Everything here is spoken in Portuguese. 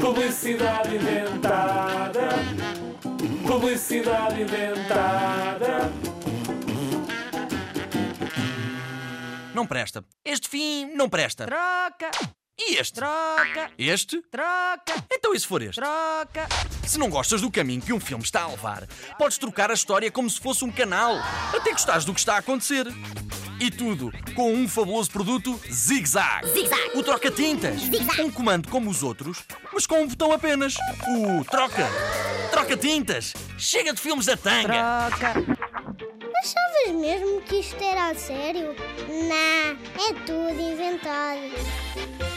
Publicidade inventada. Publicidade inventada. Não presta. Este fim não presta. Troca, E este? troca, Este? troca, Então e se for este? troca. Se não gostas do caminho que um filme está a levar, podes trocar a história como se fosse um canal, até gostares do que está a acontecer. E tudo com um fabuloso produto Zig Zag. Zig-zag. O troca-tintas. Um comando como os outros, mas com um botão apenas. O troca. Troca-tintas. Chega de filmes da tanga. Troca. Achavas mesmo que isto era a sério? Não, é tudo inventado.